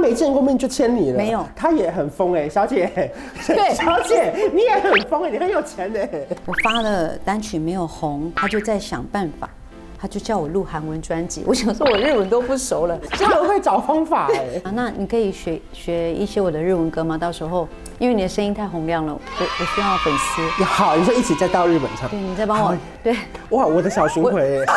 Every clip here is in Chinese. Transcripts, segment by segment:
没见过面就签你了，没有他也很疯哎，小姐，对 小姐你也很疯哎，你很有钱哎，我发了单曲没有红，他就在想办法，他就叫我录韩文专辑。 我想说，我日文都不熟了。真的会找方法哎。啊，那你可以学学一些我的日文歌吗？到时候因为你的声音太洪亮了，我我需要粉丝。 好，你说一起再到日本唱，对，你再帮我。对，哇，我的小巡回。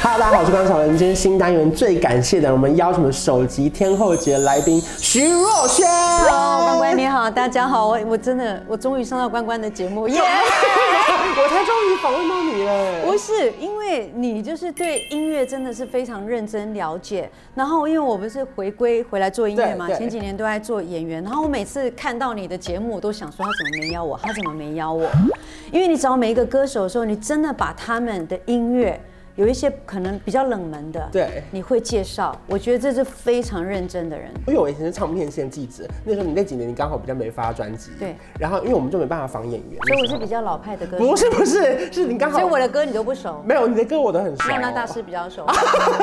哈，大家好，我是关晓雯。今天新单元最感谢的，我们邀请我们首集天后级的来宾徐若瑄。哦，关关你好，大家好，我我真的我终于上到关关的节目 耶！我才终于访问到你了。不是，因为你就是对音乐真的是非常认真了解。然后，因为我不是回归回来做音乐嘛，对对前几年都在做演员。然后我每次看到你的节目，我都想说他怎么没邀我，他怎么没邀我？因为你找每一个歌手的时候，你真的把他们的音乐。有一些可能比较冷门的，对你会介绍，我觉得这是非常认真的人。因为我以前是唱片线记者，那时候你那几年你刚好比较没发专辑，对然后因为我们就没办法访演员，所以我是比较老派的歌手，不是不是，是你刚好。所以我的歌你都不熟，没有你的歌我都很熟。娜娜大师比较熟，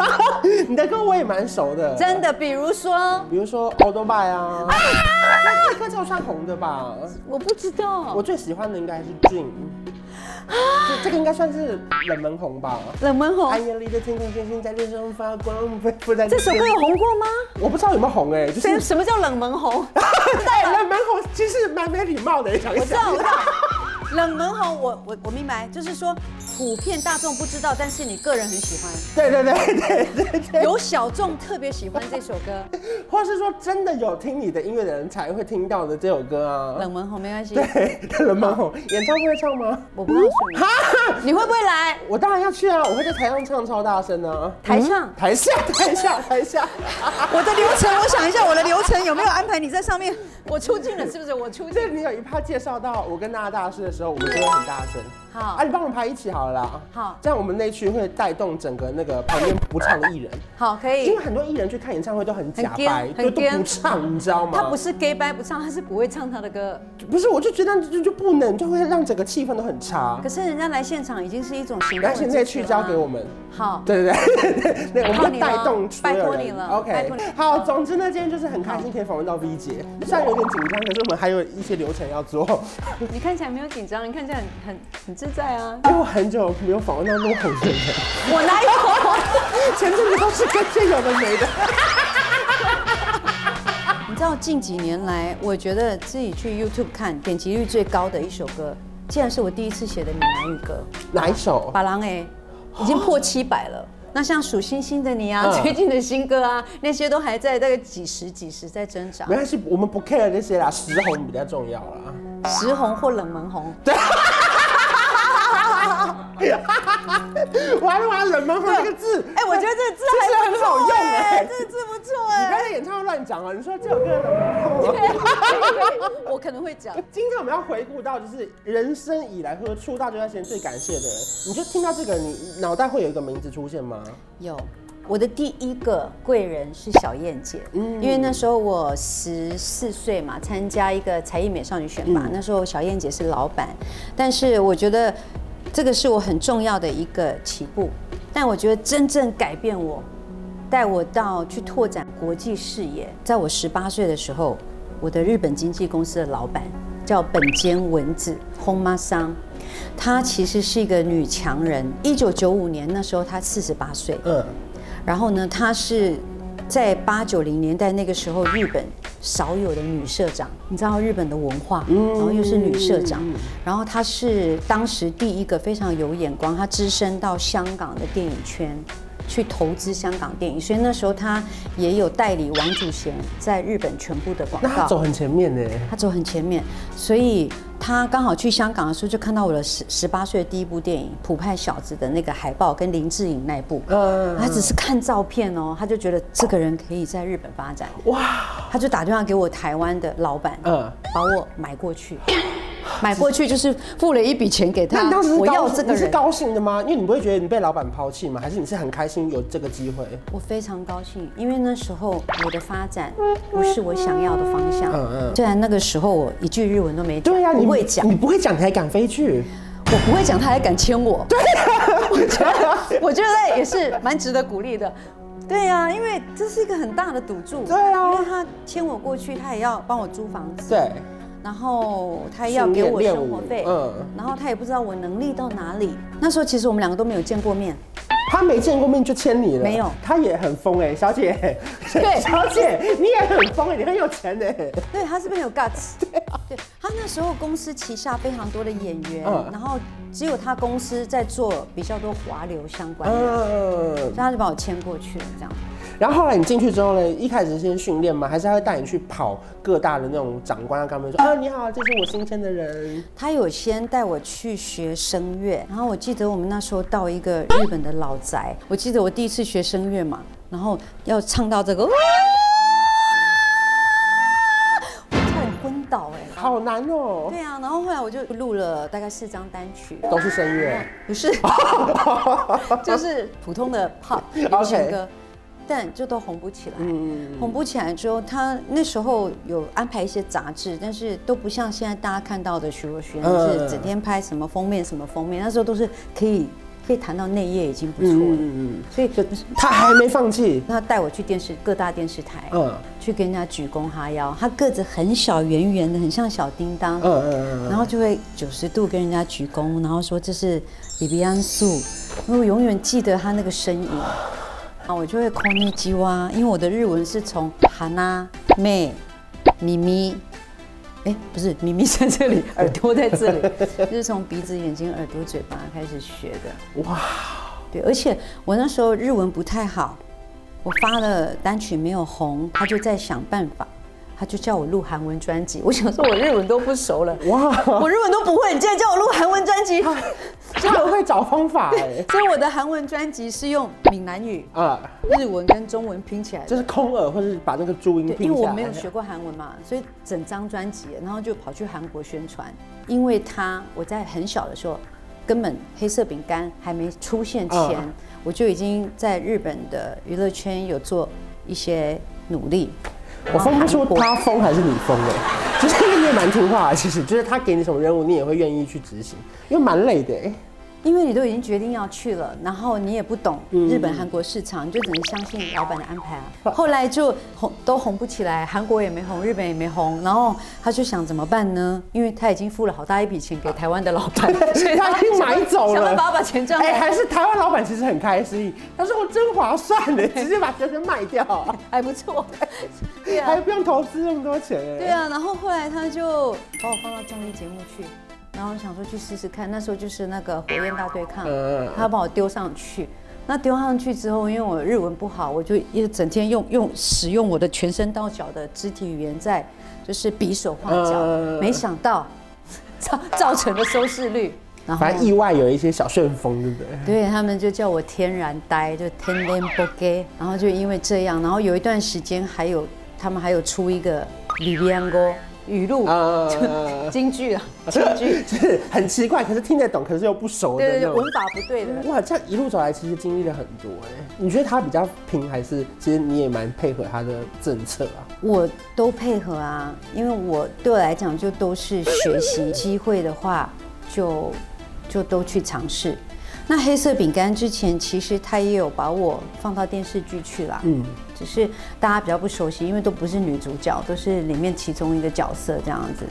你的歌我也蛮熟的。真的。比如说，比如说《o l d b y 啊，那这歌就算红的吧。我不知道，我最喜欢的应该是 Dream，这这个啊应该算是冷门红吧。冷门红暗夜里的天空，星星在天上发光，飞不在。这首歌有红过吗？我不知道有没有红哎，就是 什什么叫冷门 红？哎冷门红，其实蛮没礼貌的，想一我知想道，我知道。冷门红，我我我明白，就是说普遍大众不知道，但是你个人很喜欢， 对对对对对对，有小众特别喜欢这首 歌。或是说真的有听你的音乐的人才会听到的这首歌啊。冷门红没关系，对，冷门红，演唱会唱吗？我不告诉你，你会不会来？我当然要去啊！我会在台上唱超大声啊！台上嗯台下，台下，台下。 我的流程，我想一下我的流程有没有安排你在上面？ 我出镜了是不是？我出这镜。你有一趴介绍到我跟娜娜大师的时候，我们就会很大声。好啊，你帮我们排一起好了啦。好这样我们那区会带动整个那个旁边不唱的艺人，好，可以因为。很多艺人去看演唱会都很假很掰，就僵很都僵不唱，你知道吗？他不是 gay 掰不唱，他是不会唱他的歌。不是，我就觉得就就不能，就会让整个气氛都很差可。是人家来现场已经是一种行动来，的支持现了啊。在去交给我们。好。对对对对 对，我靠们你要了带动所有人拜托你了拜 OK，托你了好，总之呢，今天就是很开心可以访问到 V 姐，虽然有点紧张，可是我们还有一些流程要做。你看起来没有紧张，你看起来很很很自在啊。因为我很久没有访问到那么红的人， 我哪有？前阵子都是跟这有的没的。你知道近几年来，我觉得自己去 YouTube 看点击率最高的一首歌，竟然是我第一次写的闽南语歌哪一《首？把郎哎》，已经破七百了。那像数星星的你啊，嗯最近的新歌啊，那些都还在大概几十几十在挣扎没，关系，我们不 care 那些啦，实红比较重要啦。时红或冷门红。完了完了，冷门红这个字，哎、我觉得这个字其实还不很好错用哎、哎。这个字不错你不要 哎、在演唱会乱讲哦！你说这首歌冷门红。 我可能会讲。今天我们要回顾到，就是人生以来或者出道这段时间最感谢的人，你就听到这个，你脑袋会有一个名字出现吗？有，我的第一个贵人是小燕姐，因为那时候我十四岁嘛，参加一个才艺美少女选拔，那时候小燕姐是老板，但是我觉得这个是我很重要的一个起步，但我觉得真正改变我，带我到去拓展国际视野，在我十八岁的时候，我的日本经纪公司的老板叫本间文子 h o m a s a n 她其实是一个女强人。一九九五年那时候她四十八岁，嗯，然后呢，她是在八九零年代那个时候日本少有的女社长，你知道日本的文化，嗯然后又是女社长，然后她是当时第一个非常有眼光，她资深到香港的电影圈。去投资香港电影，所以那时候她也有代理王祖贤在日本全部的广那他告。走很前面呢。他走很前面，所以他刚好去香港的时候，就看到我的十十八岁的第一部电影《普派小子》的那个海报跟林志颖那一部。嗯他只是看照片哦，他就觉得这个人可以在日本啊发展，哇，他就打电话给我台湾的老板，嗯把我买过去。买过去就是付了一笔钱给那他你当时，是我要高这兴，个你是人，高兴的吗？因为你不会觉得你被老板抛弃吗？还是你是很开心有这个机会？我非常高兴，因为那时候我的发展不是我想要的方向。嗯嗯虽然那个时候我一句日文都没讲，对呀、啊你啊不会讲，你不会讲，你还敢飞去？我不会讲，他还敢签我。对、啊 我觉得我觉得也是蛮值得鼓励的。对呀、因为这是一个很大的赌注。对啊因为他签我过去，他也要帮我租房子，对，然后他也要给我生活费，嗯，然后他也不知道我能力到哪里。那时候其实我们两个都没有见过面，他没见过面就签你了，没有他也很疯哎、小姐，对小姐，你也很疯哎、你很有钱哎、对他是不是 很有 guts？对，啊他那时候公司旗下非常多的演员，嗯然后只有他公司在做比较多华流相关的，所嗯以，他就把我签过去了，这样。然后后来你进去之后呢，一开始先训练吗？还是他会带你去跑各大的那种长官，要跟他们说啊，你好，这是我新签的人，他有先带我去学声乐，然后我记得我们那时候到一个日本的老宅，我记得我第一次学声乐嘛，然后要唱到这个，哇我差点昏倒哎、好难哦、对啊，然后后来我就录了大概四张单曲，都是声乐，不是，就是普通的 pop 流 OK 行歌，但就都红不起来。嗯，红不起来之后，他那时候有安排一些杂志，但是都不像现在大家看到的徐若瑄，嗯就是整天拍什么封面什么封面，那时候都是可以可以谈到内页已经不错了。嗯，所以就他还没放弃，他带我去电视各大电视台，嗯去跟人家鞠躬哈腰。他个子很小，圆圆的，很像小叮当。嗯嗯嗯嗯，然后就会九十度跟人家鞠躬，然后说这是比比安素，因为我永远记得他那个身影。啊，我就会 k o n i j i w 因为我的日文是从哈娜妹咪咪，哎，不是咪咪在这里，耳朵在这里，就是从鼻子、眼睛、耳朵、嘴巴开始学的。哇哇，对，而且我那时候日文不太好，我发了单曲没有红，他就在想办法，他就叫我录韩文专辑。我想说，我日文都不熟了，哇， 我日文都不会，你竟然叫我录韩文 专辑， 他很会找方法哎、 所以我的韩文专辑是用闽南语、啊，日文跟中文拼起来就的。是空耳，或者是把那个注音对，拼因为下嗯我来没有学过韩文嘛，所以整张专辑，然后就跑去韩国宣传。因为他，我在很小的时候，根本黑色饼干还没出现前，嗯我就已经在日本的娱乐圈有做一些努力。我分不出韩国他疯还是你疯哎、 就是你也蛮听话的，其实就是他给你什么任务，你也会愿意去执行，因为蛮累的、欸。因为你都已经决定要去了，然后你也不懂嗯日本、韩国市场，你就只能相信老板的安排啊。后来就红都红不起来，韩国也没红，日本也没红，然后他就想怎么办呢？因为他已经付了好大一笔钱给台湾的老 板，所以他已经买走 想了办法把钱赚回哎、还来，是台湾老板其实很开心，他说我真划算的，啊直接把全身卖掉，啊还不错。对啊还，不用投资那么多钱、欸。对啊，然后后来他就把我放到综艺节目去，然后想说去试试看。那时候就是那个火焰大对抗嗯嗯嗯，他把我丢上去。那丢上去之后，因为我日文不好，我就一整天用用使用我的全身到脚的肢体语言在就是比手画嗯脚，嗯嗯嗯没想到造造成的收视率，然后反正意外有一些小旋风，对不对？对他们就叫我天然呆，就天然不 gay，然后就因为这样，然后有一段时间还有他们还有出一个李边歌语录，啊就京剧啊，京 剧，就是很奇怪，可是听得懂，可是又不熟的对对那对，种。文法不对的。哇，这样一路走来，其实经历了很多哎、你觉得他比较拼，还是其实你也蛮配合他的政策啊？我都配合啊，因为我对我来讲就都是学习机会的话，就就都去尝试。那黑色饼干之前，其实他也有把我放到电视剧去啦，嗯，只是大家比较不熟悉，因为都不是女主角，都是里面其中一个角色这样子。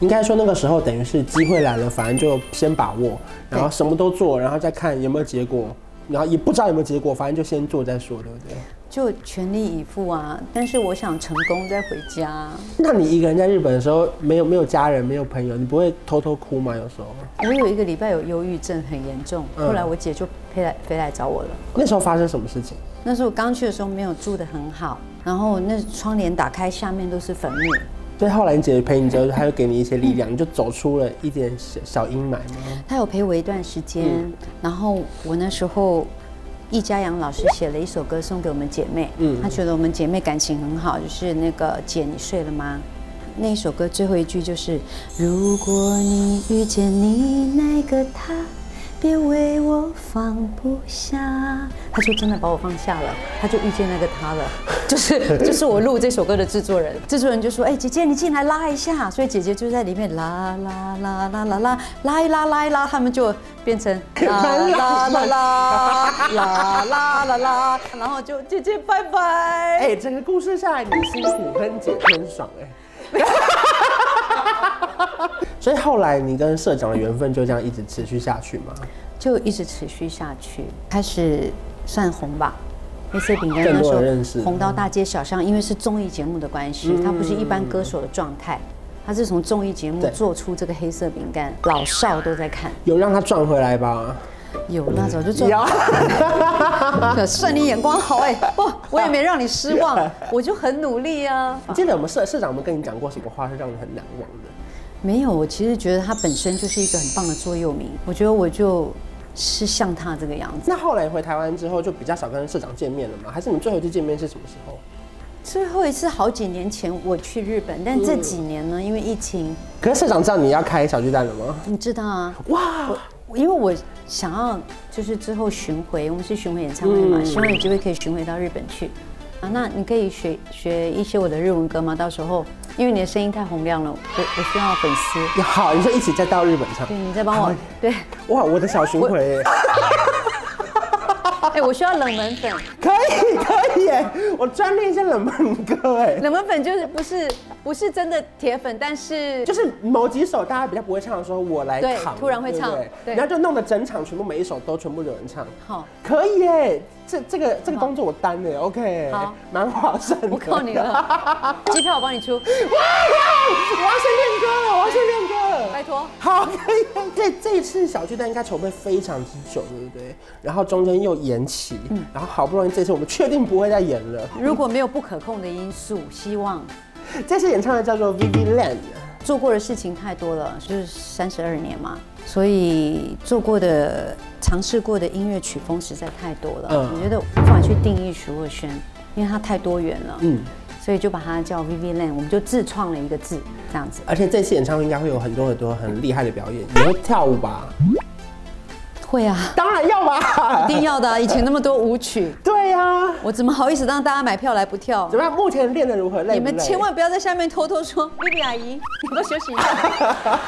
应该说那个时候等于是机会来了，反正就先把握，然后对什么都做，然后再看有没有结果，然后也不知道有没有结果，反正就先做再说，对不对？就全力以赴啊！但是我想成功再回家， 那你一个人在日本的时候，没有没有家人，没有朋友，你不会偷偷哭吗？有时 候我有一个礼拜有忧郁症，很严重。嗯后来我姐就飞来飞来找我了。那时候发生什么事情？那时候我刚去的时候没有住得很好，然后那窗帘打开，下面都是坟墓。所以后来你姐姐陪你之后，她又给你一些力量，你就走出了一点小小阴霾吗？她有陪我一段时间，然后我那时候。易家扬老师写了一首歌送给我们姐妹，嗯，她觉得我们姐妹感情很好，就是那个姐你睡了吗？那一首歌最后一句就是：“如果你遇见你那个他，别为我放不下。”他就真的把我放下了，他就遇见那个他了，就是就是我录这首歌的制作人，制作人就说：“哎，姐姐你进来拉一下。”所以姐姐就在里面拉拉拉拉拉拉拉一拉拉一拉，他们就变成啦啦啦啦啦啦啦啦，然后就姐姐拜拜。哎、整个故事下来，你辛苦跟姐很爽哎、 所以后来你跟社长的缘分就这样一直持续下去吗？就一直持续下去，开始算红吧。黑色饼干更那多人认时识候红到大街小巷，因为是综艺节目的关系，它不是一般歌手的状态，它是从综艺节目对做出这个黑色饼干，老少都在看，有让他赚回来吧？有那早就做。 算你眼光好哎、不，我也没让你失 望，我就很努力啊。你记得我们社社长有没有跟你讲过什么话是让你很难忘的？没有，我其实觉得他本身就是一个很棒的座右铭，我觉得我就是像他这个样子。那后来回台湾之后就比较少跟社长见面了吗？还是你们最后一次见面是什么时候？最后一次好几年前我去日本，但这几年呢，因为疫情，可是社长知道你要开小巨蛋了吗？你知道啊，哇，因为我想要就是之后巡回，我们是巡回演唱会嘛，希望有机会可以巡回到日本去。啊，那你可以学学一些我的日文歌吗？到时候因为你的声音太洪亮了，我我需要粉丝。好，你说一起再到日本唱对，，你再帮我，对，哇，我的小巡回耶，哎、我需要冷门粉，可以可以耶，我专练一些冷门歌哎。冷门粉就是不是不是真的铁粉，但是就。是某几首大家比较不会唱的时候，我来对扛，突然会对不唱对对然后就弄得整场全部每一首都全部有人唱，好，可以耶，这这个这个工作我担了耶，OK，好蛮划算的。我靠你了，机票我帮你出，我要先练歌了，我要先练歌了。拜托。好，可以。这这一次小巨蛋应该筹备非常之久，对不对？然后中间又延期，嗯然后好不容易这次我们确定不会再演了。如果没有不可控的因素，希望这次演唱会叫做《Vivi Land》，做过的事情太多了，就是三十二年嘛，所以做过的、尝试过的音乐曲风实在太多了。嗯我觉得无法去定义徐若瑄，因为她太多元了。嗯嗯，所以就把它叫 Vivi Land，我们就自创了一个字，这样子。而且这次演唱会应该会有很多很多很厉害的表演。你会跳舞吧？会啊，当然要吧 一。定要的啊、以前那么多舞曲，对呀、我怎么好意思让大家买票来不跳怎？么样？目前练得如何？累不累你们千万不要在下面偷偷说 Vivi 阿姨，你多休息 一下。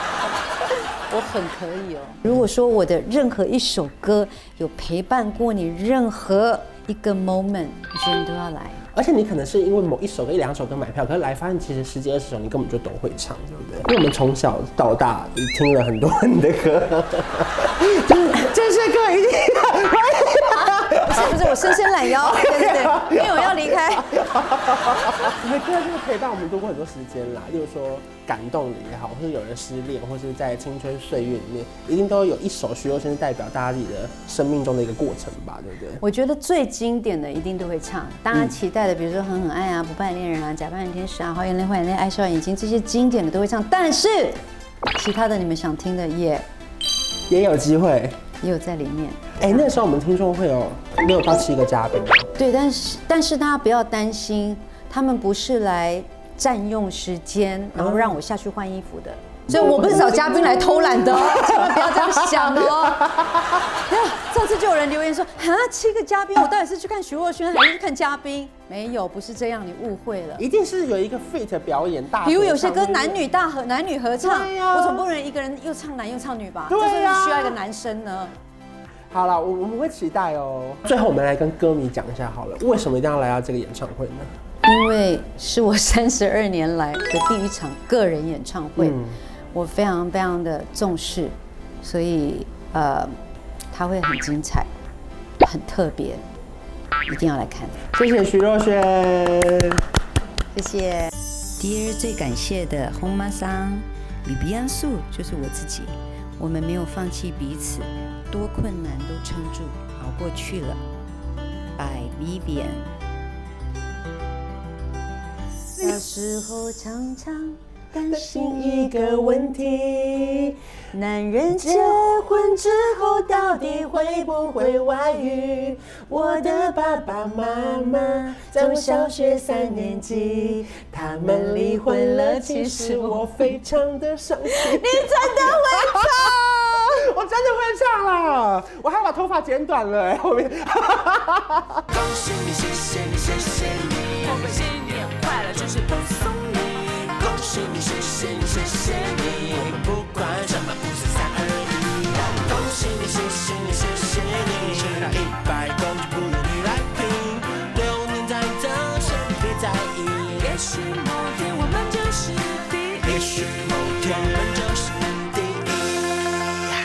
我很可以哦。如果说我的任何一首歌有陪伴过你任何一个 moment，你今天都要来。而且你可能是因为某一首歌、一两首歌买票，可是来发现其实十几二十首你根本就都会唱，对不对？因为我们从小到大也听了很多你的歌，就是这些歌一定 不是不是，我伸伸懒腰，对对对，啊因为我要离开。你的歌就是陪伴我们度过很多时间啦，例如说感动你也好，或是有人失恋，或是在青春岁月里面，一定都有一首徐若瑄是代表大家自己的生命中的一个过程吧，对不对？我觉得最经典的一定都会唱，大家期待的，比如说《狠狠爱》啊，《不败恋人》啊，《假扮天使》啊，《好眼泪坏眼泪》，《爱笑眼睛》这些经典的都会唱，但是其他的你们想听的也也有机会，也有在里面。哎、那时候我们听说会有六到七个嘉宾，对，但是但是大家不要担心，他们不是来占用时间，嗯然后让我下去换衣服的。所以我不是找嘉宾来偷懒的哦，嗯千万不要这样想 哦。然后上次就有人留言说，啊，七个嘉宾，我到底是去看徐若瑄还是去看嘉宾？没有，不是这样，你误会了。一定是有一个 fit 表演大合唱，比如有些歌对不对男女大合男女合唱，对呀我总不能一个人又唱男又唱女吧？对呀这时候需要一个男生呢。好了，我我们会期待哦。最后，我们来跟歌迷讲一下好了，为什么一定要来到这个演唱会呢？因为是我三十二年来的第一场个人演唱会，我非常非常的重视，所以呃，它会很精彩，很特别，一定要来看。谢谢徐若瑄。谢谢。第二最感谢的红妈桑、李比安素就是我自己，我们没有放弃彼此，多困难都撑住，熬过去了。By Vivian。有时候常常担担心一个问题，男人结婚之后到底会不会外遇？我的爸爸妈妈在我小学三年级，他们离婚了。其实我非常的伤心。你真的会唱？我真的会唱啦！我还把头发剪短了、欸，后面。恭喜你，谢谢你，谢谢你，我们新年快乐，就是恭送你。恭喜你，谢谢你，谢谢你，我们不管什么，不是三二一。恭喜你，谢谢你，谢谢你，一百公斤不用你来拼，流年在等，谁别在意？也许某天我们就是第一，也许某天。